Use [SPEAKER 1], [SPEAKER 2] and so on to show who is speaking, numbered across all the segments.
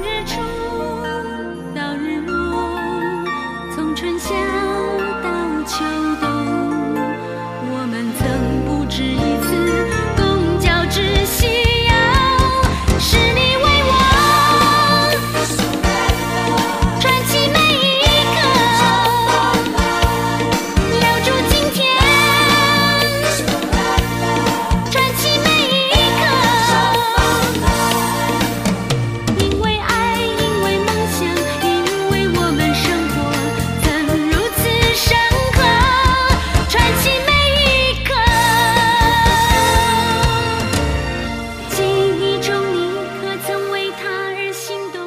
[SPEAKER 1] 日出到日落，从春夏到秋冬，我们曾不止一次共交知夕阳。是你为我传奇每一刻，留住今天，传奇每一刻。因为爱，因为梦想，因为我们生活曾如此深刻，传奇每一刻。记忆中你可曾为他而心动？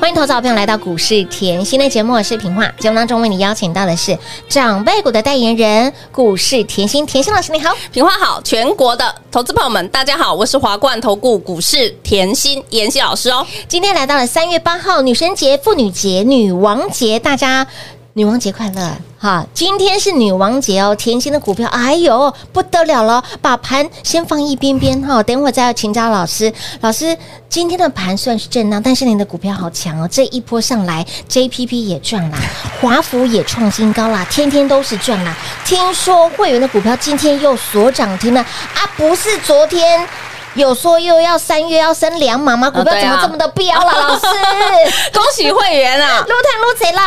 [SPEAKER 2] 欢迎投资好朋友来到股市甜心的节目，我是平化。节目当中为你邀请到的是长辈股的代言人，股市甜心甜心老师，你好。
[SPEAKER 3] 平花好，全国的投资朋友们，大家好，我是华冠投顾股市甜心妍希老师哦。
[SPEAKER 2] 今天来到了三月八号女神节、妇女节、女王节，大家女王节快乐哈！今天是女王节哦，甜心的股票，哎呦不得了了，把盘先放一边边哈，等会再请教老师。老师，今天的盘虽然是震荡，但是您的股票好强哦，这一波上来，JPP 也赚啦，华孚也创新高啦，天天都是赚啦。听说会员的股票今天又所涨停了啊，不是昨天。有说又要三月要升两码吗？股票
[SPEAKER 3] 哦对啊
[SPEAKER 2] 怎么这么的飙了，老 师？
[SPEAKER 3] 恭喜会员啊！
[SPEAKER 2] 撸碳撸贼啦！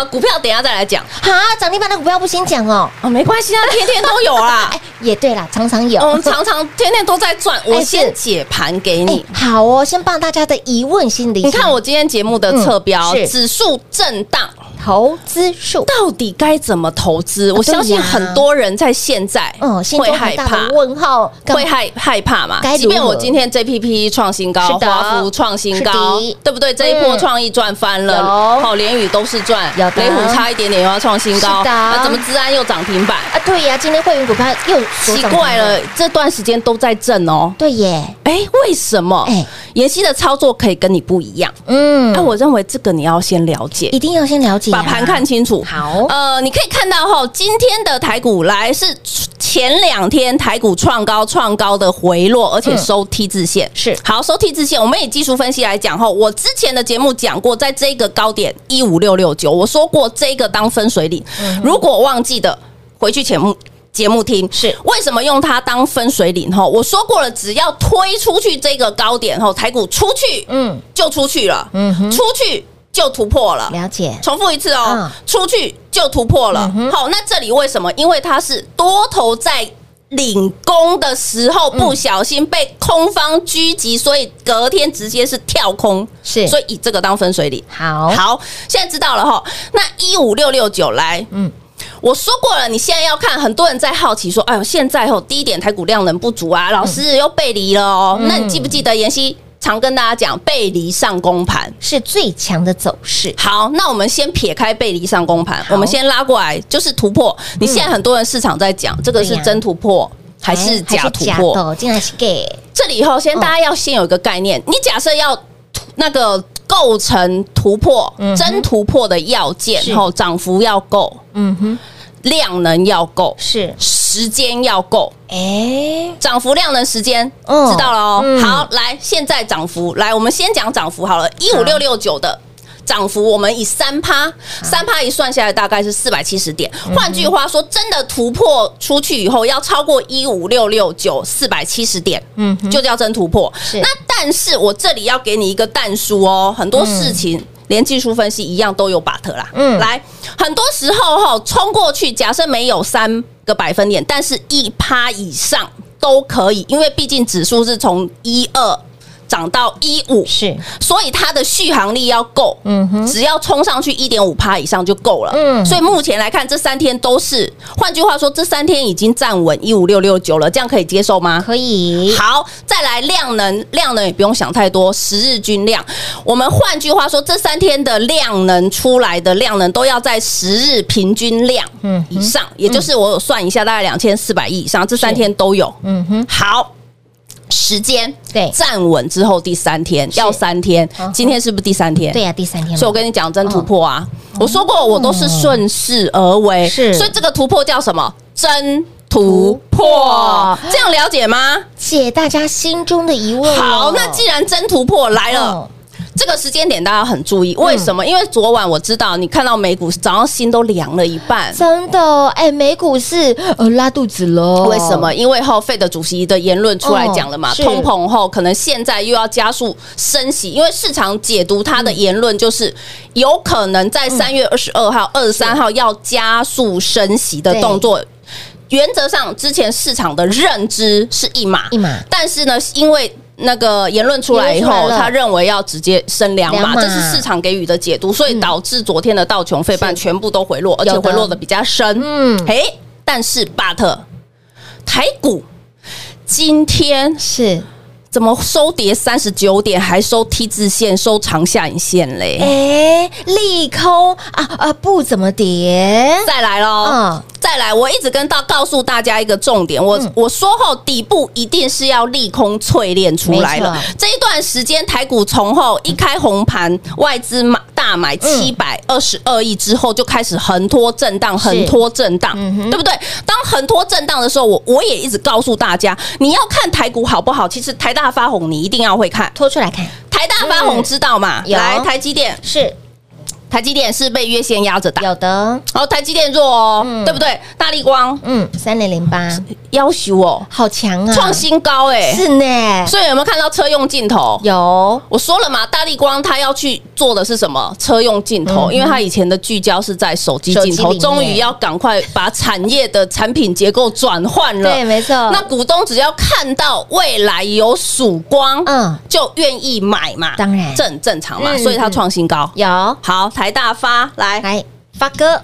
[SPEAKER 3] 啊，股票等一下再来讲
[SPEAKER 2] 哈，涨停板的股票不先讲哦。
[SPEAKER 3] 啊，没关系啊，天天都有啦
[SPEAKER 2] 哎、。也对啦，常常有。
[SPEAKER 3] 我们哦常常天天都在赚，我
[SPEAKER 2] 哎是
[SPEAKER 3] 先解盘给
[SPEAKER 2] 哎
[SPEAKER 3] 你。
[SPEAKER 2] 好哦，先帮大家的疑问心理。
[SPEAKER 3] 你看我今天节目的侧标，
[SPEAKER 2] 嗯是
[SPEAKER 3] 指数震荡，
[SPEAKER 2] 投资数，
[SPEAKER 3] 到底该怎么投资？我相信
[SPEAKER 2] 对呀
[SPEAKER 3] 很多人在现在
[SPEAKER 2] 嗯，心
[SPEAKER 3] 会
[SPEAKER 2] 中
[SPEAKER 3] 害
[SPEAKER 2] 很大
[SPEAKER 3] 怕
[SPEAKER 2] 的。问号，干
[SPEAKER 3] 会害害怕嘛
[SPEAKER 2] 该如？何
[SPEAKER 3] 即便我今天 JPP 创新高，
[SPEAKER 2] 是的
[SPEAKER 3] 华孚创新高
[SPEAKER 2] 是的，
[SPEAKER 3] 对不对？这一波
[SPEAKER 2] 嗯
[SPEAKER 3] 创意赚翻了，
[SPEAKER 2] 有
[SPEAKER 3] 好联宇都是赚
[SPEAKER 2] 有，的
[SPEAKER 3] 雷虎差一点点又要创新高，
[SPEAKER 2] 是的
[SPEAKER 3] 啊怎么治安又涨停板？
[SPEAKER 2] 啊，对呀，今天会员股票又所
[SPEAKER 3] 奇
[SPEAKER 2] 涨停
[SPEAKER 3] 怪了，，这段时间都在震哦。
[SPEAKER 2] 对耶，
[SPEAKER 3] 哎，为什么
[SPEAKER 2] 哎？
[SPEAKER 3] 妍希的操作可以跟你不一样？
[SPEAKER 2] 嗯，
[SPEAKER 3] 啊那我认为这个你要先了解
[SPEAKER 2] 一，定要先了解啊
[SPEAKER 3] 把盘看清楚。
[SPEAKER 2] 好，
[SPEAKER 3] 呃，你可以看到哈，今天的台股来是前两天台股创高创高的回落，而且收 T 字线、
[SPEAKER 2] 是
[SPEAKER 3] 好收 T 字线。我们以技术分析来讲哈，我之前的节目讲过，在这个高点一五六六九，我说过这个当分水岭，
[SPEAKER 2] 嗯
[SPEAKER 3] 如果忘记的回去节目。节目听
[SPEAKER 2] 是
[SPEAKER 3] 为什么用它当分水岭？哈，我说过了，只要推出去这个高点后，台股出去，
[SPEAKER 2] 嗯
[SPEAKER 3] 嗯，就出去了，
[SPEAKER 2] 嗯哼
[SPEAKER 3] 嗯，出去就突破了，
[SPEAKER 2] 了解，
[SPEAKER 3] 重复一次哦，
[SPEAKER 2] 嗯
[SPEAKER 3] 出去就突破了。好，那这里为什么？因为它是多头在。领功的时候不小心被空方狙击，所以隔天直接是跳空，
[SPEAKER 2] 是
[SPEAKER 3] 所以以这个当分水岭。
[SPEAKER 2] 好，
[SPEAKER 3] 好，现在知道了哈。那一五六六九来，
[SPEAKER 2] 嗯
[SPEAKER 3] 嗯，我说过了，你现在要看，很多人在好奇说，哎呦，现在吼低点台股量能不足啊，老
[SPEAKER 2] 嗯
[SPEAKER 3] 师又背离了哦。那你记不记得妍希常跟大家讲背离上攻盘？
[SPEAKER 2] 是最强的走势，
[SPEAKER 3] 好，那我们先撇开背离上攻盘，我们先拉过来，就是突破。你现在很多人市场在讲，这个
[SPEAKER 2] 嗯
[SPEAKER 3] 是
[SPEAKER 2] 对呀
[SPEAKER 3] 真突破。还是
[SPEAKER 2] 哎
[SPEAKER 3] 假突
[SPEAKER 2] 还是假
[SPEAKER 3] 破？
[SPEAKER 2] 的，嗯竟然是 gay，
[SPEAKER 3] 这里以后先
[SPEAKER 2] 嗯
[SPEAKER 3] 大家要先有一个概念，你假设要突那个构成突破、
[SPEAKER 2] 嗯哼
[SPEAKER 3] 真突破的要件，
[SPEAKER 2] 是
[SPEAKER 3] 然后涨幅要够，
[SPEAKER 2] 嗯哼，
[SPEAKER 3] 量能要够，
[SPEAKER 2] 是，
[SPEAKER 3] 时间要够，
[SPEAKER 2] 哎，
[SPEAKER 3] 涨幅、量能、时间，
[SPEAKER 2] 嗯
[SPEAKER 3] 知道了哦。
[SPEAKER 2] 嗯
[SPEAKER 3] 好，来，现在涨幅，来，我们先讲涨幅好了，一五六六九的。涨幅我们以三趴，三趴一算下来大概是四百七十点。
[SPEAKER 2] 嗯
[SPEAKER 3] 换句话说，真的突破出去以后，要超过一五六六九四百七十点，
[SPEAKER 2] 嗯
[SPEAKER 3] 嗯，
[SPEAKER 2] 哼
[SPEAKER 3] 就叫真突破。
[SPEAKER 2] 是
[SPEAKER 3] 那但是我这里要给你一个淡书哦，很多事情连技术分析一样都有把特啦。
[SPEAKER 2] 嗯
[SPEAKER 3] 嗯，来，很多时候哈、冲过去，假设没有三个百分点，但是一趴以上都可以，因为毕竟指数是从一二。涨到一五，
[SPEAKER 2] 是，
[SPEAKER 3] 所以它的续航力要够，
[SPEAKER 2] 嗯哼，
[SPEAKER 3] 只要冲上去一点五趴以上就够了。
[SPEAKER 2] 嗯
[SPEAKER 3] 所以目前来看，这三天都是，换句话说，这三天已经站稳一五六六九了，这样可以接受吗？
[SPEAKER 2] 可以，
[SPEAKER 3] 好，再来量能，量能也不用想太多，十日均量。我们换句话说，这三天的量能出来的量能都要在十日平均量
[SPEAKER 2] 嗯
[SPEAKER 3] 以上，也就是我有算一下，大概两千四百亿以上，这三
[SPEAKER 2] 是
[SPEAKER 3] 天都有。
[SPEAKER 2] 嗯哼，
[SPEAKER 3] 好。时间
[SPEAKER 2] 对
[SPEAKER 3] 站稳之后第三天
[SPEAKER 2] 是
[SPEAKER 3] 要三天
[SPEAKER 2] 嗯哼，
[SPEAKER 3] 今天是不是第三天？
[SPEAKER 2] 对啊呀，第三天了，
[SPEAKER 3] 所以我跟你讲，真突破啊！我说过，我都是顺势而为，
[SPEAKER 2] 是
[SPEAKER 3] 所以这个突破叫什么？真突破
[SPEAKER 2] 破，
[SPEAKER 3] 这样了解吗？
[SPEAKER 2] 解大家心中的疑问哦。
[SPEAKER 3] 好，那既然真突破来了，
[SPEAKER 2] 哦，
[SPEAKER 3] 这个时间点大家很注意，为什么？因为昨晚我知道你看到美股早上心都凉了一半。
[SPEAKER 2] 真的哦，哎，美股是呃拉肚子喽，
[SPEAKER 3] 为什么？？因为后费的主席的言论出来讲了嘛，
[SPEAKER 2] 哦是
[SPEAKER 3] 通膨后可能现在又要加速升息，因为市场解读他的言论就是有可能在
[SPEAKER 2] 嗯
[SPEAKER 3] 三月二十二号、二十三号要加速升息的动作。原则上，之前市场的认知是一码
[SPEAKER 2] 一码
[SPEAKER 3] 但是呢，因为那个言论出来以
[SPEAKER 2] 言论
[SPEAKER 3] 后，
[SPEAKER 2] 出来了
[SPEAKER 3] 他认为要直接升两
[SPEAKER 2] 两
[SPEAKER 3] 码，
[SPEAKER 2] 码
[SPEAKER 3] 这是市场给予的解读，所以导致昨天的道琼、费半全部都回落，而且
[SPEAKER 2] 有的
[SPEAKER 3] 回落的比较深。
[SPEAKER 2] 嗯
[SPEAKER 3] 哎，但是巴特台股今天
[SPEAKER 2] 是
[SPEAKER 3] 怎么收跌三十九点，还收 T 字线，收长下影线嘞？
[SPEAKER 2] 哎，利空啊啊，不怎么跌，
[SPEAKER 3] 再来喽，
[SPEAKER 2] 嗯
[SPEAKER 3] 再来！我一直跟到告诉大家一个重点，我、我说后底部一定是要利空淬炼出来了
[SPEAKER 2] 没错。
[SPEAKER 3] 这一段时间台股从后一开红盘，外资买大买
[SPEAKER 2] 嗯
[SPEAKER 3] 七百二十二亿之后，就开始横拖震荡，横拖震荡，
[SPEAKER 2] 嗯
[SPEAKER 3] 对不对？当横拖震荡的时候，我我也一直告诉大家，你要看台股好不好，其实台大发红你一定要会看，
[SPEAKER 2] 拖出来看
[SPEAKER 3] 台大发
[SPEAKER 2] 嗯
[SPEAKER 3] 红知道嘛？
[SPEAKER 2] 有
[SPEAKER 3] 来，台积电，
[SPEAKER 2] 是
[SPEAKER 3] 台积电是被月线压着打。
[SPEAKER 2] 有嗯的，
[SPEAKER 3] 哦，台积电弱哦，对不对？大力光
[SPEAKER 2] 嗯，三零零八，
[SPEAKER 3] 要求哦，
[SPEAKER 2] 好强啊，
[SPEAKER 3] 创新高哎、
[SPEAKER 2] 是呢，
[SPEAKER 3] 所以有没有看到车用镜头？
[SPEAKER 2] 有
[SPEAKER 3] 我说了嘛，大力光它要去做的是什么？车用镜头，因为它以前的聚焦是在手机
[SPEAKER 2] 嗯
[SPEAKER 3] 镜
[SPEAKER 2] 手
[SPEAKER 3] 头，
[SPEAKER 2] 机里面
[SPEAKER 3] 终于要赶快把产业的产品结构转换了。
[SPEAKER 2] 对，没错，
[SPEAKER 3] 那股东只要看到未来有曙光，
[SPEAKER 2] 嗯
[SPEAKER 3] 就愿意买嘛，
[SPEAKER 2] 当然
[SPEAKER 3] 这很正常嘛，
[SPEAKER 2] 嗯
[SPEAKER 3] 所以它
[SPEAKER 2] 嗯
[SPEAKER 3] 创新高。
[SPEAKER 2] 有
[SPEAKER 3] 好，台大发来，
[SPEAKER 2] 来发哥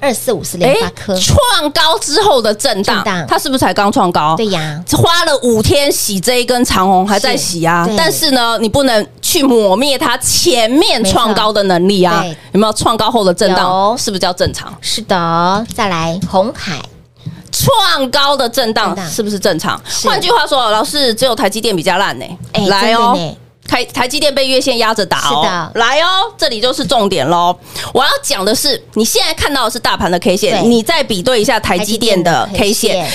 [SPEAKER 2] 二四五四零
[SPEAKER 3] 诶
[SPEAKER 2] 八科，
[SPEAKER 3] 创高之后的震荡
[SPEAKER 2] 震荡，
[SPEAKER 3] 它是不是才刚创高？
[SPEAKER 2] 对呀，
[SPEAKER 3] 花了五天洗这一根长虹，还在洗啊
[SPEAKER 2] 是对！
[SPEAKER 3] 但是呢，你不能去抹灭它前面创高的能力啊
[SPEAKER 2] 没错对！
[SPEAKER 3] 有没有创高后的震
[SPEAKER 2] 有
[SPEAKER 3] 荡？是不是叫正常？
[SPEAKER 2] 是的，哦再来红海
[SPEAKER 3] 创高的震
[SPEAKER 2] 震
[SPEAKER 3] 荡
[SPEAKER 2] 荡
[SPEAKER 3] 是不是正常？
[SPEAKER 2] 是
[SPEAKER 3] 换句话说，老师只有台积电比较烂呢
[SPEAKER 2] 哎。
[SPEAKER 3] 来哦
[SPEAKER 2] 真的呢，
[SPEAKER 3] 台台积电被月线压着打
[SPEAKER 2] 是
[SPEAKER 3] 哦
[SPEAKER 2] 的。
[SPEAKER 3] 来哦，这里就是重点喽。我要讲的是，你现在看到的是大盘的 K
[SPEAKER 2] 对
[SPEAKER 3] 线，你再比对一下台积电的 K 线。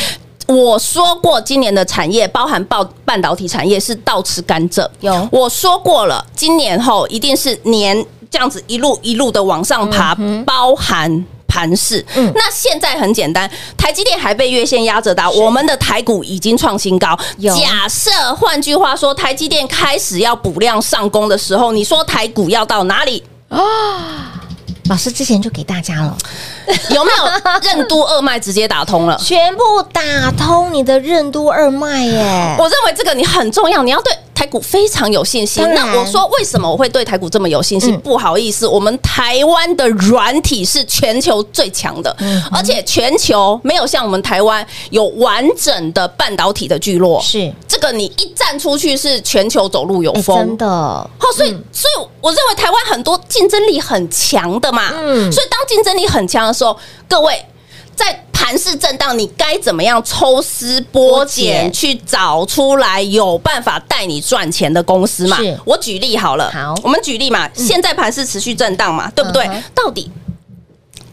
[SPEAKER 3] 我说过，今年的产业包含半半导体产业是倒吃甘蔗。
[SPEAKER 2] 有
[SPEAKER 3] 我说过了，今年后一定是年这样子一路一路的往上爬，包含。盘势，
[SPEAKER 2] 嗯
[SPEAKER 3] 那现在很简单，台积电还被月线压着打，我们的台股已经创新高。
[SPEAKER 2] 有
[SPEAKER 3] 假设换句话说，台积电开始要补量上攻的时候，你说台股要到哪里？
[SPEAKER 2] 老师之前就给大家了，
[SPEAKER 3] 有没 有任督二脉直接打通了？
[SPEAKER 2] 全部打通你的任督二脉耶，
[SPEAKER 3] 我认为这个你很重要，你要对台股非常有信心
[SPEAKER 2] 当。然
[SPEAKER 3] 那我说为什么我会对台股这么有信心？
[SPEAKER 2] 嗯
[SPEAKER 3] 不好意思，我们台湾的软体是全球最强的，
[SPEAKER 2] 嗯
[SPEAKER 3] 而且全球没有像我们台湾有完整的半导体的聚落。
[SPEAKER 2] 是，
[SPEAKER 3] 这个你一站出去是全球走路有
[SPEAKER 2] 哎，
[SPEAKER 3] 风，
[SPEAKER 2] 真的，
[SPEAKER 3] 哦，所以、
[SPEAKER 2] 嗯
[SPEAKER 3] 所以我认为台湾很多竞争力很强的嘛，
[SPEAKER 2] 嗯
[SPEAKER 3] 所以当竞争力很强的时候，各位在盘市震荡，你该怎么样抽丝剥
[SPEAKER 2] 剥
[SPEAKER 3] 茧
[SPEAKER 2] 茧
[SPEAKER 3] 去找出来有办法带你赚钱的公司嘛
[SPEAKER 2] 是？
[SPEAKER 3] 我举例好了，
[SPEAKER 2] 好
[SPEAKER 3] 我们举例嘛，现在盘市持续震荡嘛，对不对？
[SPEAKER 2] 嗯哼
[SPEAKER 3] 到底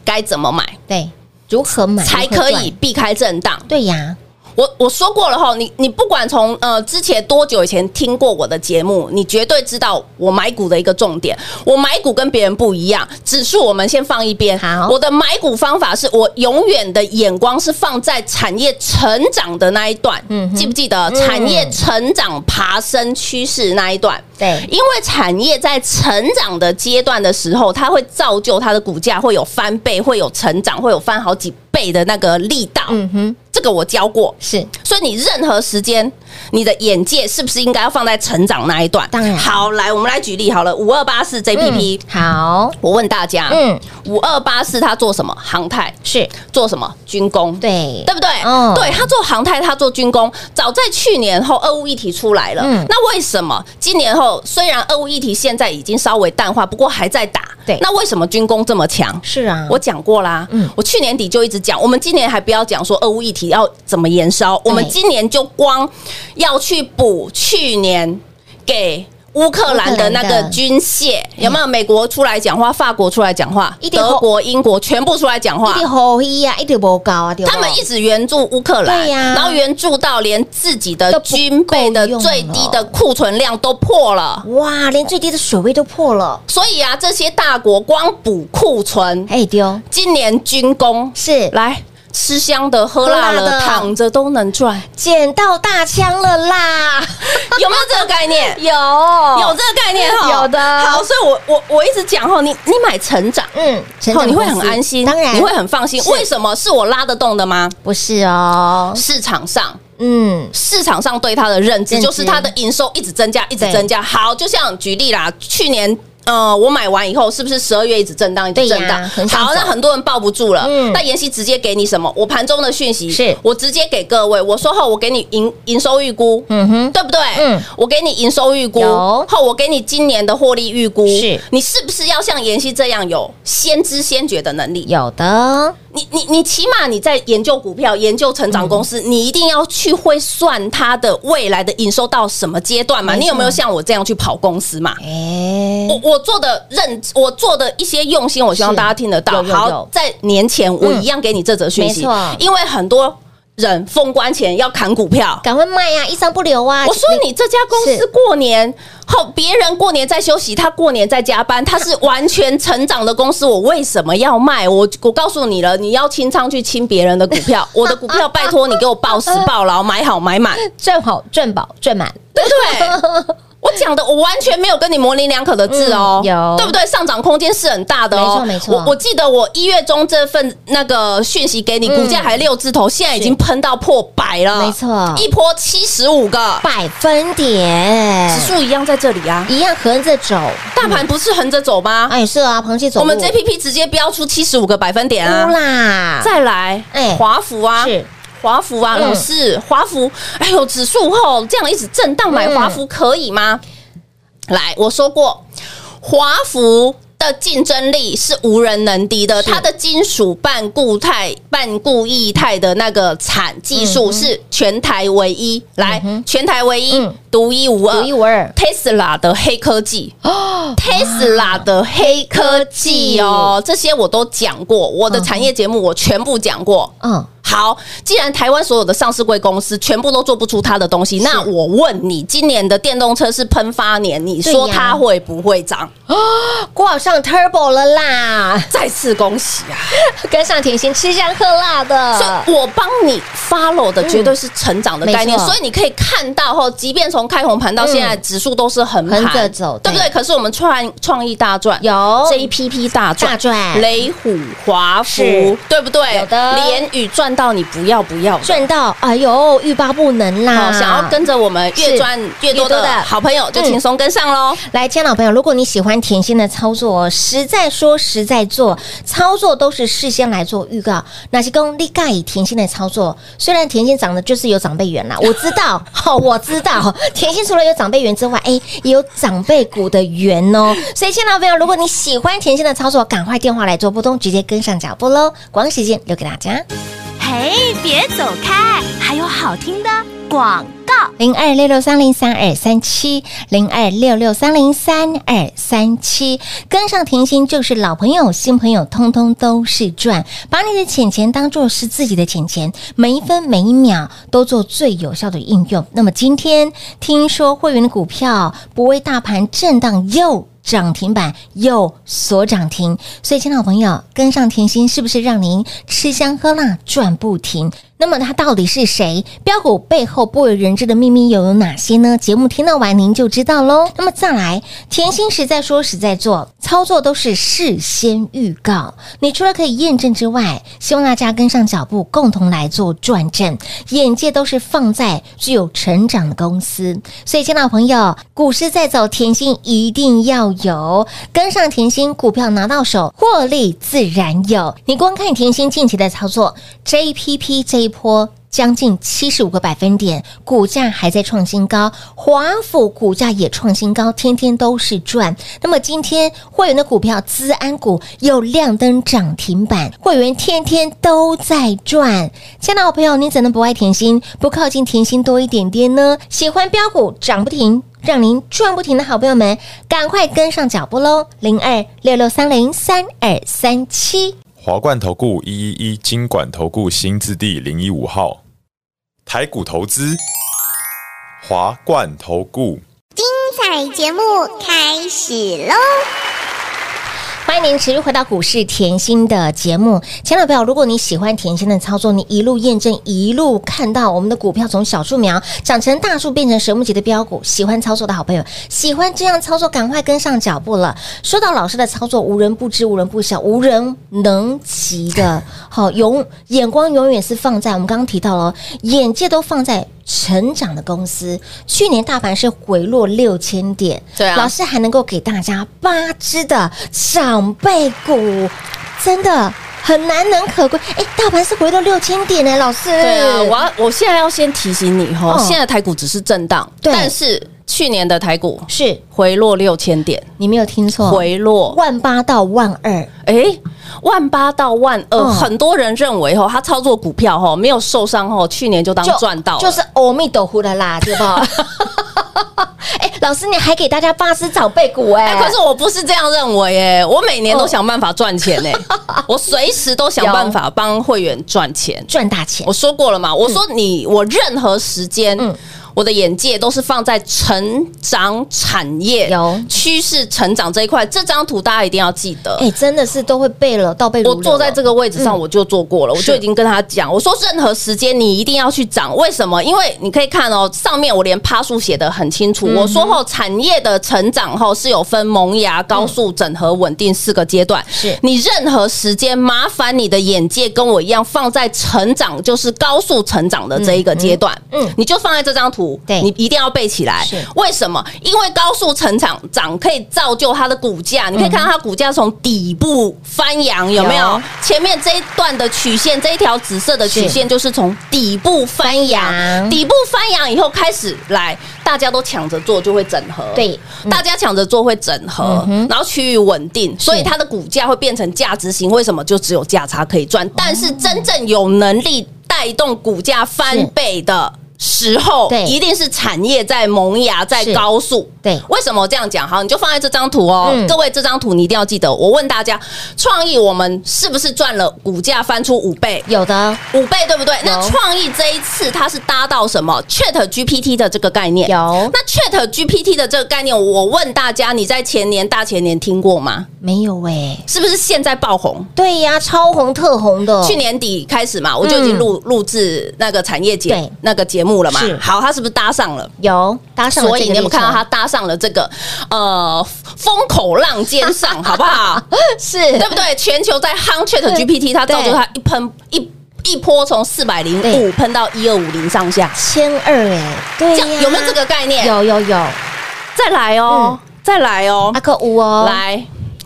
[SPEAKER 3] 该怎么买
[SPEAKER 2] 对，如何买
[SPEAKER 3] 才
[SPEAKER 2] 如何
[SPEAKER 3] 可
[SPEAKER 2] 赚
[SPEAKER 3] 以避开震荡？
[SPEAKER 2] 对呀，
[SPEAKER 3] 我我说过了哈，你你不管从呃之前多久以前听过我的节目，你绝对知道我买股的一个重点。我买股跟别人不一样，指数我们先放一边。
[SPEAKER 2] 好
[SPEAKER 3] 我的买股方法是我永远的眼光是放在产业成长的那一段，
[SPEAKER 2] 嗯哼
[SPEAKER 3] 记不记得产业成长爬升趋势那一段？
[SPEAKER 2] 对
[SPEAKER 3] 因为产业在成长的阶段的时候，它会造就它的股价会有翻倍，会有成长，会有翻好几倍的那个力道，
[SPEAKER 2] 嗯哼，
[SPEAKER 3] 这个我教过。
[SPEAKER 2] 是
[SPEAKER 3] 所以你任何时间，你的眼界是不是应该要放在成长那一段？
[SPEAKER 2] 当然
[SPEAKER 3] 好，来，我们来举例好了，五二八四 JPP，、
[SPEAKER 2] 嗯好，
[SPEAKER 3] 我问大家，
[SPEAKER 2] 嗯
[SPEAKER 3] 嗯，五二八四它做什么？航太
[SPEAKER 2] 是
[SPEAKER 3] 做什么？军工，
[SPEAKER 2] 对
[SPEAKER 3] 对不对？
[SPEAKER 2] 嗯
[SPEAKER 3] 对，他做航太，他做军工，早在去年后，俄乌议题出来了。
[SPEAKER 2] 嗯
[SPEAKER 3] 那为什么今年后虽然俄乌议题现在已经稍微淡化，不过还在打？
[SPEAKER 2] 对
[SPEAKER 3] 那为什么军工这么强？
[SPEAKER 2] 是啊，
[SPEAKER 3] 我讲过啦，
[SPEAKER 2] 嗯
[SPEAKER 3] 我去年底就一直讲，我们今年还不要讲说俄乌议题要怎么延烧，我们今年就光要去补去年给。乌克兰的那
[SPEAKER 2] 乌克
[SPEAKER 3] 个
[SPEAKER 2] 兰的嗯
[SPEAKER 3] 军械有没有？美国出来讲话，法国出来讲话
[SPEAKER 2] 一，定
[SPEAKER 3] 德
[SPEAKER 2] 吼
[SPEAKER 3] 国、英国全部出来讲话
[SPEAKER 2] 一，点好意啊，一点不高啊，对吧
[SPEAKER 3] 他们一直援助乌克兰，
[SPEAKER 2] 对呀
[SPEAKER 3] 然后援助到连自己的
[SPEAKER 2] 都不够
[SPEAKER 3] 军备的最低的库存量都破了。
[SPEAKER 2] 哇，连最低的水位都破了，
[SPEAKER 3] 所以啊，这些大国光补库存，
[SPEAKER 2] 哎丢，
[SPEAKER 3] 今年军工
[SPEAKER 2] 是
[SPEAKER 3] 来吃香的、喝辣
[SPEAKER 2] 喝辣的
[SPEAKER 3] 的、躺着都能赚，
[SPEAKER 2] 捡到大枪了啦，？
[SPEAKER 3] 有没有这个概念
[SPEAKER 2] 有
[SPEAKER 3] 哦有
[SPEAKER 2] 有
[SPEAKER 3] 这个概念哈，
[SPEAKER 2] 有的
[SPEAKER 3] 好，所以我我我一直讲哈，你你买成长，
[SPEAKER 2] 嗯，成
[SPEAKER 3] 哦，
[SPEAKER 2] 长
[SPEAKER 3] 你会
[SPEAKER 2] 公
[SPEAKER 3] 很
[SPEAKER 2] 司
[SPEAKER 3] 安心，
[SPEAKER 2] 当然
[SPEAKER 3] 你会很放心。
[SPEAKER 2] 是
[SPEAKER 3] 为什么？是我拉得动的吗？
[SPEAKER 2] 不是哦，
[SPEAKER 3] 市场上
[SPEAKER 2] 嗯，
[SPEAKER 3] 市场上对它的认知，
[SPEAKER 2] 认知
[SPEAKER 3] 就是它的营收一直增加，一直
[SPEAKER 2] 对
[SPEAKER 3] 增加。好，就像举例啦，去年。呃，我买完以后是不是十二月一直震荡，一
[SPEAKER 2] 对
[SPEAKER 3] 直
[SPEAKER 2] 呀
[SPEAKER 3] 震荡？
[SPEAKER 2] 很想
[SPEAKER 3] 好，那
[SPEAKER 2] 走
[SPEAKER 3] 很多人抱不住了。
[SPEAKER 2] 嗯
[SPEAKER 3] 那妍希直接给你什么？我盘中的讯息，
[SPEAKER 2] 是
[SPEAKER 3] 我直接给各位，我说后我给你营营收预估，
[SPEAKER 2] 嗯哼
[SPEAKER 3] 对不对？
[SPEAKER 2] 嗯，
[SPEAKER 3] 我给你营收预估，
[SPEAKER 2] 有
[SPEAKER 3] 后我给你今年的获利预估，
[SPEAKER 2] 是
[SPEAKER 3] 你是不是要像妍希这样有先知先觉的能力？
[SPEAKER 2] 有的，
[SPEAKER 3] 你你你起码你在研究股票、研究成长公司，
[SPEAKER 2] 嗯
[SPEAKER 3] 你一定要去会算它的未来的营收到什么阶段嘛？
[SPEAKER 2] 没错
[SPEAKER 3] 你有没有像我这样去跑公司嘛？
[SPEAKER 2] 哎，
[SPEAKER 3] 我我做的认，我做的一些用心，我希望
[SPEAKER 2] 是
[SPEAKER 3] 大家听得到。
[SPEAKER 2] 有有有
[SPEAKER 3] 好，在年前我
[SPEAKER 2] 嗯
[SPEAKER 3] 一样给你这则讯息
[SPEAKER 2] 没错，
[SPEAKER 3] 因为很多人封关前要砍股票。
[SPEAKER 2] 赶快卖呀、一张不留啊！
[SPEAKER 3] 我说你这家公
[SPEAKER 2] 是
[SPEAKER 3] 司过年后，别人过年在休息，他过年在加班，他是完全成长的公司，我为什么要卖？我我告诉你了，你要清仓去清别人的股 票，我的股票拜托你给我报时报牢，买好买满，
[SPEAKER 2] 赚好赚饱赚满，
[SPEAKER 3] 对不对？我讲的，我完全没有跟你模棱两可的字哦，
[SPEAKER 2] 嗯有
[SPEAKER 3] 对不对？上涨空间是很大的
[SPEAKER 2] 没
[SPEAKER 3] 哦，
[SPEAKER 2] 错没错
[SPEAKER 3] 我我记得我一月中这份那个讯息给你，股价还六字头，现在已经喷到破百了，
[SPEAKER 2] 没错
[SPEAKER 3] 一波七十五个，
[SPEAKER 2] 百分点
[SPEAKER 3] 指数一样在这里啊。
[SPEAKER 2] 一样横着走，
[SPEAKER 3] 大盘不是横着走吗？
[SPEAKER 2] 哎是啊，螃蟹走
[SPEAKER 3] 啊我
[SPEAKER 2] 路
[SPEAKER 3] 们 JPP 直接标出七十五个百分点
[SPEAKER 2] 哭
[SPEAKER 3] 啊！
[SPEAKER 2] 啦，
[SPEAKER 3] 再来，
[SPEAKER 2] 哎
[SPEAKER 3] 华孚啊，
[SPEAKER 2] 是
[SPEAKER 3] 华孚啊，
[SPEAKER 2] 嗯
[SPEAKER 3] 老师，华孚，哎呦，指数后这样一直震荡买
[SPEAKER 2] 嗯
[SPEAKER 3] 华孚可以吗？来，我说过，华孚。的竞争力是无人能敌的，它的金属半固态、半固液态的那个产技术是全台唯一，来，全台唯一
[SPEAKER 2] 嗯，
[SPEAKER 3] 独一无
[SPEAKER 2] 独
[SPEAKER 3] 二，
[SPEAKER 2] 一无二
[SPEAKER 3] Tesla 的黑科技，Tesla 啊的黑科技哦，这些我都讲过，我的产业节目我全部讲过。
[SPEAKER 2] 嗯，
[SPEAKER 3] 好，既然台湾所有的上市贵公司全部都做不出它的东西，那我问你，今年的电动车是喷发年，你说
[SPEAKER 2] 对呀
[SPEAKER 3] 它会不会涨？
[SPEAKER 2] 挂上 turbo 了啦，
[SPEAKER 3] 再次恭喜啊！
[SPEAKER 2] 跟上甜心吃香喝辣的，
[SPEAKER 3] 所以我帮你 follow 的绝对是成长的概念，
[SPEAKER 2] 没错嗯
[SPEAKER 3] 所以你可以看到后，即便从开红盘到现在，指数都是横盘
[SPEAKER 2] 横着走
[SPEAKER 3] 嗯对不对？可是我们创创意大赚
[SPEAKER 2] 有
[SPEAKER 3] JPP 大赚
[SPEAKER 2] 大赚
[SPEAKER 3] 雷虎华
[SPEAKER 2] 哎是
[SPEAKER 3] 孚，对不对？
[SPEAKER 2] 有的
[SPEAKER 3] 连雨赚到你不要不要的。
[SPEAKER 2] 赚到哎呦欲罢不能啦，
[SPEAKER 3] 好，想要跟着我们
[SPEAKER 2] 是
[SPEAKER 3] 越赚越多
[SPEAKER 2] 越多
[SPEAKER 3] 的
[SPEAKER 2] 的
[SPEAKER 3] 好朋友，就轻松跟上喽。
[SPEAKER 2] 来，亲爱的老朋友，如果你喜欢甜心的操作，实在说实在做，操作都是事先来做预告。那些功力盖以甜心的操作，虽然甜心长得就是有长辈缘啦，我知道， 好、我知道，甜心除了有长辈缘之外，哎，也有长辈股的缘哦。所以，亲爱的老朋友，如果你喜欢甜心的操作，赶快电话来做波动，直接跟上脚步喽。广告时间留给大家。
[SPEAKER 4] 嘿，别走开，还有好听的广告。
[SPEAKER 2] 零二六六三零三二三七，零二六六三零三二三七，跟上甜心就是老朋友、新朋友，通通都是赚。把你的钱钱当做是自己的钱钱，每一分每一秒都做最有效的应用。那么今天听说会员的股票不为大盘震荡又。涨停板又所涨停，所以，亲爱的朋友，跟上甜心是不是让您吃香喝辣赚不停？那么它到底是谁？标股背后不为人知的秘密又有哪些呢？节目听到完您就知道喽。那么再来，甜心实在说实在做，操作都是事先预告。你除了可以验证之外，希望大家跟上脚步，共同来做转正。眼界都是放在具有成长的公司，所以，亲爱的朋友，股市在走，甜心一定要有跟上甜心，股票拿到手，获利自然有。你光看甜心近期的操作，JPP 这一波。将近七十五个百分点，股价还在创新高，华府股价也创新高，天天都是赚。那么今天会员的股票资安股又亮灯涨停板，会员天天都在赚。亲爱的好朋友，你怎能不爱甜心，不靠近甜心多一点点呢？喜欢标股涨不停。让您赚不停的好朋友们，赶快跟上脚步喽！零二六六三零三二三七。
[SPEAKER 5] 华冠投顾一一一金管投顾新字第零一五号，台股投资，华冠投顾。
[SPEAKER 6] 彩节目开始喽！
[SPEAKER 2] 欢迎您持续回到股市甜心的节目，亲爱的朋友，如果你喜欢甜心的操作，你一路验证，一路看到我们的股票从小树苗长成大树，变成神木级的标股，喜欢操作的好朋友，喜欢这样操作，赶快跟上脚步了。说到老师的操作，无人不知，无人不晓，无人能及的，好永眼光永远是放在我们刚刚提到了，眼界都放在。成长的公司，去年大盘是回落六千点，
[SPEAKER 3] 对啊
[SPEAKER 2] 老师还能够给大家八只的长辈股，真的很难能可贵。哎，大盘是回落六千点呢，老师。
[SPEAKER 3] 对啊，我要我现在要先提醒你哈，
[SPEAKER 2] 哦
[SPEAKER 3] 现在台股只是震荡，
[SPEAKER 2] 对
[SPEAKER 3] 但是去年的台股
[SPEAKER 2] 是
[SPEAKER 3] 回落六千点，
[SPEAKER 2] 你没有听错，
[SPEAKER 3] 回落
[SPEAKER 2] 万八到万二，
[SPEAKER 3] 诶，万八到万二，
[SPEAKER 2] 嗯
[SPEAKER 3] 很多人认为哈，他操作股票哈没有受伤哈，去年就当赚到了，
[SPEAKER 2] 就是阿弥陀佛的啦，对 吧？哎，老师，你还给大家八只长辈股哎、
[SPEAKER 3] 哎、可是我不是这样认为耶、我每年都想办法赚钱 哎、我随时都想办法帮会员赚钱。
[SPEAKER 2] 赚大钱
[SPEAKER 3] 我，说过了嘛，我说你、我任何时间，
[SPEAKER 2] 嗯
[SPEAKER 3] 我的眼界都是放在成长产业、
[SPEAKER 2] 有
[SPEAKER 3] 趋势成长这一块。这张图大家一定要记得。
[SPEAKER 2] 哎、真的是都会背了，倒背如流
[SPEAKER 3] 我
[SPEAKER 2] 了。
[SPEAKER 3] 坐在这个位置上，
[SPEAKER 2] 嗯
[SPEAKER 3] 我就做过了，我
[SPEAKER 2] 是
[SPEAKER 3] 就已经跟他讲，我说任何时间你一定要去涨，为什么？因为你可以看哦，上面我连趴数写的很清
[SPEAKER 2] 嗯
[SPEAKER 3] 楚，我说后产业的成长后是有分萌芽、高速、整合、稳定四个阶段，
[SPEAKER 2] 是
[SPEAKER 3] 你任何时间，麻烦你的眼界跟我一样放在成长，就是高速成长的这一个阶段，
[SPEAKER 2] 嗯
[SPEAKER 3] 嗯
[SPEAKER 2] 嗯，
[SPEAKER 3] 你就放在这张图，
[SPEAKER 2] 对
[SPEAKER 3] 你一定要背起来
[SPEAKER 2] 是，
[SPEAKER 3] 为什么？因为高速成长涨可以造就它的股价，你可以看到它股价从底部翻扬，有没
[SPEAKER 2] 有
[SPEAKER 3] 有？前面这一段的曲线，这一条紫色的曲线就是从底部翻
[SPEAKER 2] 翻扬
[SPEAKER 3] 扬，底部翻扬以后开始来，大家都抢着做就会整合，
[SPEAKER 2] 对嗯
[SPEAKER 3] 大家抢着做会整合，然后趋于稳定，所以它的股价会变成价值型。为什么就只有价差可以
[SPEAKER 2] 哦
[SPEAKER 3] 赚？但是真正有能力带动股价翻倍的。时候
[SPEAKER 2] 对，
[SPEAKER 3] 一定是产业在萌芽，在
[SPEAKER 2] 是
[SPEAKER 3] 高速。
[SPEAKER 2] 对
[SPEAKER 3] 为什么我这样讲？好，你就放在这张图哦。
[SPEAKER 2] 嗯
[SPEAKER 3] 各位，这张图你一定要记得。我问大家，创意我们是不是赚了股价翻出五倍？
[SPEAKER 2] 有的
[SPEAKER 3] 五倍对不对？那
[SPEAKER 2] 有
[SPEAKER 3] 创意这一次它是搭到什么 Chat GPT 的这个概念？
[SPEAKER 2] 有
[SPEAKER 3] 那 Chat GPT 的这个概念，我问大家，你在前年、大前年听过吗？
[SPEAKER 2] 没有哎、
[SPEAKER 3] 是不是现在爆红？
[SPEAKER 2] 对呀、超红特红的，
[SPEAKER 3] 去年底开始嘛，我就已经录录制那个产业节
[SPEAKER 2] 嗯对
[SPEAKER 3] 那个节目了嘛
[SPEAKER 2] 是。
[SPEAKER 3] 好，它是不是搭上了？
[SPEAKER 2] 有搭上了
[SPEAKER 3] 所以
[SPEAKER 2] 这个啊
[SPEAKER 3] 你有没
[SPEAKER 2] 历
[SPEAKER 3] 有
[SPEAKER 2] 程
[SPEAKER 3] 看到它搭上了这个呃风口浪尖上，好不好？
[SPEAKER 2] 是
[SPEAKER 3] 对不对？全球在夯 Chat
[SPEAKER 2] 对
[SPEAKER 3] GPT，它造
[SPEAKER 2] 对
[SPEAKER 3] 就它一喷一一波从四百零
[SPEAKER 2] 对
[SPEAKER 3] 五喷到一二五零上下，
[SPEAKER 2] 千二哎，对
[SPEAKER 3] 这
[SPEAKER 2] 呀、
[SPEAKER 3] 样有没有这个概念？
[SPEAKER 2] 有有有，
[SPEAKER 3] 再来哦，再来哦
[SPEAKER 2] 阿，克五哦，
[SPEAKER 3] 来。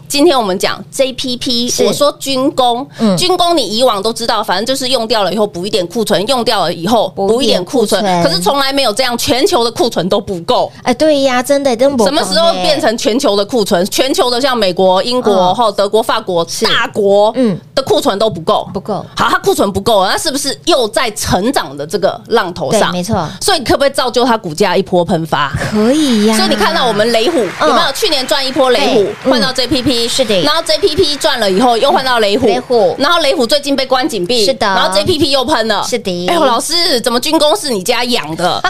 [SPEAKER 3] 今天我们讲 JPP，
[SPEAKER 2] 是
[SPEAKER 3] 我说军工，
[SPEAKER 2] 嗯
[SPEAKER 3] 军工你以往都知道，反正就是用掉了以后补一点库存，用掉了以后
[SPEAKER 2] 补一点
[SPEAKER 3] 补一点库存
[SPEAKER 2] 库存，
[SPEAKER 3] 可是从来没有这样，全球的库存都不够。
[SPEAKER 2] 哎，对呀、真的真
[SPEAKER 3] 什么时候变成全球的库存？全球的像美国、英国、
[SPEAKER 2] 嗯
[SPEAKER 3] 后德国、法国大国，
[SPEAKER 2] 嗯
[SPEAKER 3] 嗯，的库存都不够，
[SPEAKER 2] 不够
[SPEAKER 3] 好，它库存不够，那是不是又在成长的这个浪头
[SPEAKER 2] 对，
[SPEAKER 3] 上？
[SPEAKER 2] 没。错，
[SPEAKER 3] 所以可不可以造就它股价一波喷发？
[SPEAKER 2] 可以呀、
[SPEAKER 3] 所以你看到我们雷虎
[SPEAKER 2] 嗯
[SPEAKER 3] 有没有？去年赚一波雷
[SPEAKER 2] 对
[SPEAKER 3] 虎，
[SPEAKER 2] 嗯
[SPEAKER 3] 换到 JPP，
[SPEAKER 2] 是的嗯
[SPEAKER 3] 然后 JPP 赚了以后，又换到雷虎，
[SPEAKER 2] 雷虎
[SPEAKER 3] 然后雷虎最近被关紧闭，
[SPEAKER 2] 是的
[SPEAKER 3] 然后 JPP 又喷了，哎
[SPEAKER 2] 是的
[SPEAKER 3] 哎呦，老师，怎么军工是你家养的？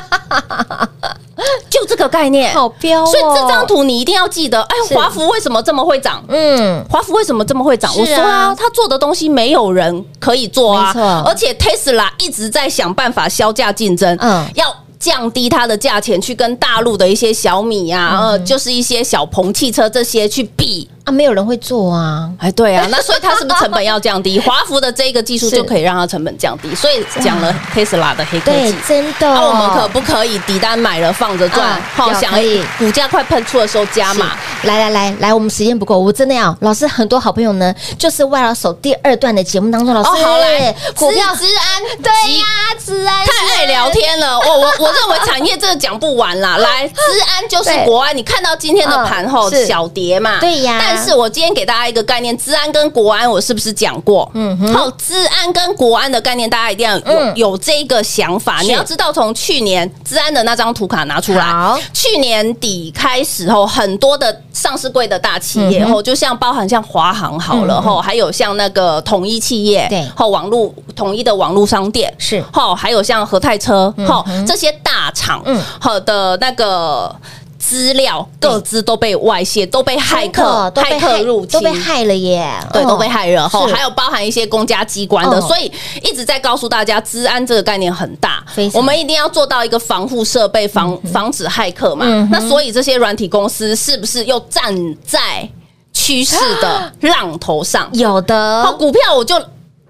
[SPEAKER 3] 就这个概念。
[SPEAKER 2] 好标哦。
[SPEAKER 3] 所以这张，图你一定要记得，哎，
[SPEAKER 2] 是
[SPEAKER 3] 华孚为什么这么会涨？
[SPEAKER 2] 嗯，
[SPEAKER 3] 华孚为什么这么会涨？
[SPEAKER 2] 是啊
[SPEAKER 3] 我说啊，他做的东西没有人可以做
[SPEAKER 2] 没
[SPEAKER 3] 啊
[SPEAKER 2] 错，
[SPEAKER 3] 而且 Tesla 一直在想办法削价竞争，
[SPEAKER 2] 嗯
[SPEAKER 3] 要。降低它的价钱，去跟大陆的一些小米啊，
[SPEAKER 2] 嗯
[SPEAKER 3] 呃，就是一些小鹏汽车这些去比。
[SPEAKER 2] 啊，没有人会做啊。
[SPEAKER 3] 哎，对啊， 那所以它是不是成本要降 低？华孚的这一个技术
[SPEAKER 2] 是
[SPEAKER 3] 就可以让它成本降低，所以讲了 Tesla 的黑科
[SPEAKER 2] 哎对
[SPEAKER 3] 技。，啊
[SPEAKER 2] 真的。
[SPEAKER 3] 那、我们可不可以底单买了放着赚
[SPEAKER 2] 嗯？
[SPEAKER 3] 好、
[SPEAKER 2] 有
[SPEAKER 3] 想
[SPEAKER 2] 可以
[SPEAKER 3] 股价快喷出的时候加
[SPEAKER 2] 是
[SPEAKER 3] 码。
[SPEAKER 2] 来来来来，我们时间不够，我真的要老师很多好朋友呢，就是外老手第二段的节目当中，老师、
[SPEAKER 3] 哦，好来，
[SPEAKER 2] 股票
[SPEAKER 3] 治安，
[SPEAKER 2] 对
[SPEAKER 3] 急
[SPEAKER 2] 呀、自然
[SPEAKER 3] 太爱聊天了，我我我认为产业真的讲不完啦。来，治安就是
[SPEAKER 2] 对
[SPEAKER 3] 国安，你看到今天的盘后
[SPEAKER 2] 嗯是
[SPEAKER 3] 小跌嘛？
[SPEAKER 2] 对呀
[SPEAKER 3] 但是我今天给大家一个概念，治安跟国安，我是不是讲过？
[SPEAKER 2] 嗯
[SPEAKER 3] 嗯
[SPEAKER 2] 哼
[SPEAKER 3] 好，治安跟国安的概念，大家一定要有
[SPEAKER 2] 嗯
[SPEAKER 3] 有这个想法。
[SPEAKER 2] 是
[SPEAKER 3] 你要知道，从去年治安的那张图卡拿出
[SPEAKER 2] 好
[SPEAKER 3] 来，去年底开始后，很多的上市柜的大企
[SPEAKER 2] 嗯
[SPEAKER 3] 业
[SPEAKER 2] 哼嗯
[SPEAKER 3] 后，就像包含像华航好了后，还有像那个统一企业，
[SPEAKER 2] 对
[SPEAKER 3] 后网络统一的网络商店
[SPEAKER 2] 是
[SPEAKER 3] 吼，还有像和泰车吼、这些大厂
[SPEAKER 2] 嗯
[SPEAKER 3] 好的那个资料各自都被外泄，都被骇客
[SPEAKER 2] 都被
[SPEAKER 3] 骇客入侵
[SPEAKER 2] 都。被害了耶，
[SPEAKER 3] 对，
[SPEAKER 2] 哦
[SPEAKER 3] 都被害了吼，
[SPEAKER 2] 是
[SPEAKER 3] 还有包含一些公家机关的，
[SPEAKER 2] 嗯
[SPEAKER 3] 所以一直在告诉大家，治安这个概念很大
[SPEAKER 2] 非，常嗯
[SPEAKER 3] 我们一定要做到一个防护设备，防防止骇客嘛
[SPEAKER 2] 嗯哼。
[SPEAKER 3] 那所以这些软体公司是不是又站在趋势
[SPEAKER 2] 啊
[SPEAKER 3] 的浪头上？
[SPEAKER 2] 有
[SPEAKER 3] 好，
[SPEAKER 2] 的，
[SPEAKER 3] 股票我就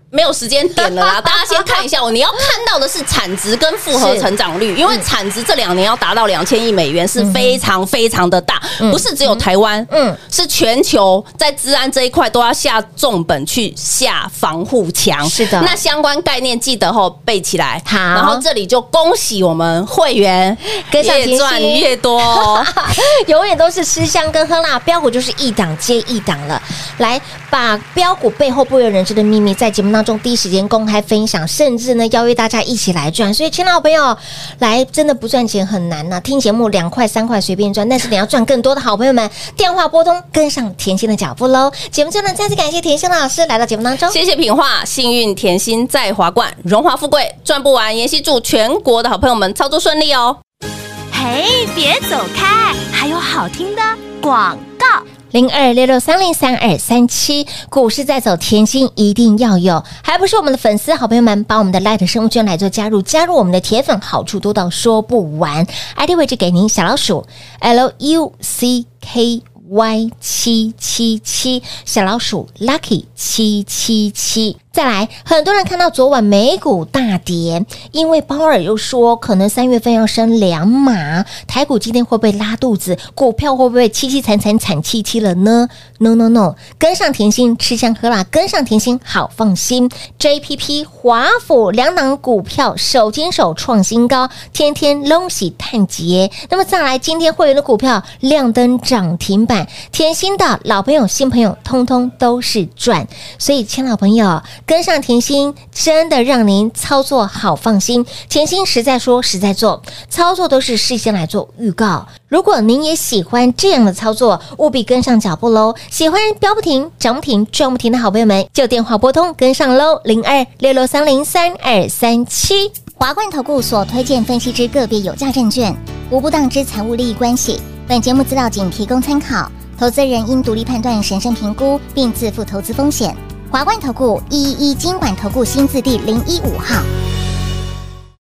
[SPEAKER 3] 没有时间点了 啦，大家先看一下我。你要看到的是产值跟复合成长率，因为产值这两年要达到两千亿美元是非常非常的大，不是只有台湾，
[SPEAKER 2] 嗯
[SPEAKER 3] 嗯，是全球在治安这一块都要下重本去下防护墙。
[SPEAKER 2] 是的
[SPEAKER 3] 那相关概念记得后背起来。
[SPEAKER 2] 好
[SPEAKER 3] 然后这里就恭喜我们会员
[SPEAKER 2] 跟上甜心
[SPEAKER 3] 越赚越多哦。
[SPEAKER 2] 永远都是吃香跟喝辣，标股就是一档接一档了。来，把标股背后不为人知的秘密，在节目当中第一时间公开分享，甚至呢邀约大家一起来赚。所以，亲爱的朋友，来真的不赚钱很难呐、听节目两块三块随便赚，但是你要赚更多的好朋友们，电话拨通，跟上甜心的脚步喽。节目最后呢，再次感谢甜心老师来到节目当中。
[SPEAKER 3] 谢谢品画，幸运甜心在华冠，荣华富贵赚不完。妍希祝全国的好朋友们操作顺利哦。
[SPEAKER 6] 嘿，别走开，还有好听的广告。
[SPEAKER 2] 零二六六三零三二三七，股市在走，甜心一定要有，还不是我们的粉丝好朋友们把我们的 Light 生物圈来做加入，加入我们的铁粉，好处多到说不完。ID 位置给您小老鼠 L U C K。Y 七七七小老鼠 Lucky 七七七，再来，很多人看到昨晚美股大跌，因为鲍尔又说可能三月份要升两码，台股今天会不会拉肚子？股票会不会凄凄惨惨惨戚戚了呢？No No No，跟上甜心吃香喝辣，跟上甜心好放心。JPP 华府两档股票手牵手创新高，天天恭喜探捷。那么再来，今天会员的股票亮灯涨停板，甜心的老朋友、新朋友，通通都是赚。所以，亲老朋友，跟上甜心，真的让您操作好放心。甜心实在说，实在做，操作都是事先来做预告。如果您也喜欢这样的操作，务必跟上脚步喽。喜欢标不停、涨不停、赚不停的好朋友们，就电话拨通跟上喽，零二六六三零三二三七。
[SPEAKER 7] 华冠投顾所推荐分析之个别有价证券，无不当之财务利益关系。本节目资料仅提供参考，投资人应独立判断、审慎评估，并自负投资风险。华冠投顾一一一金管投顾新字第零一五号。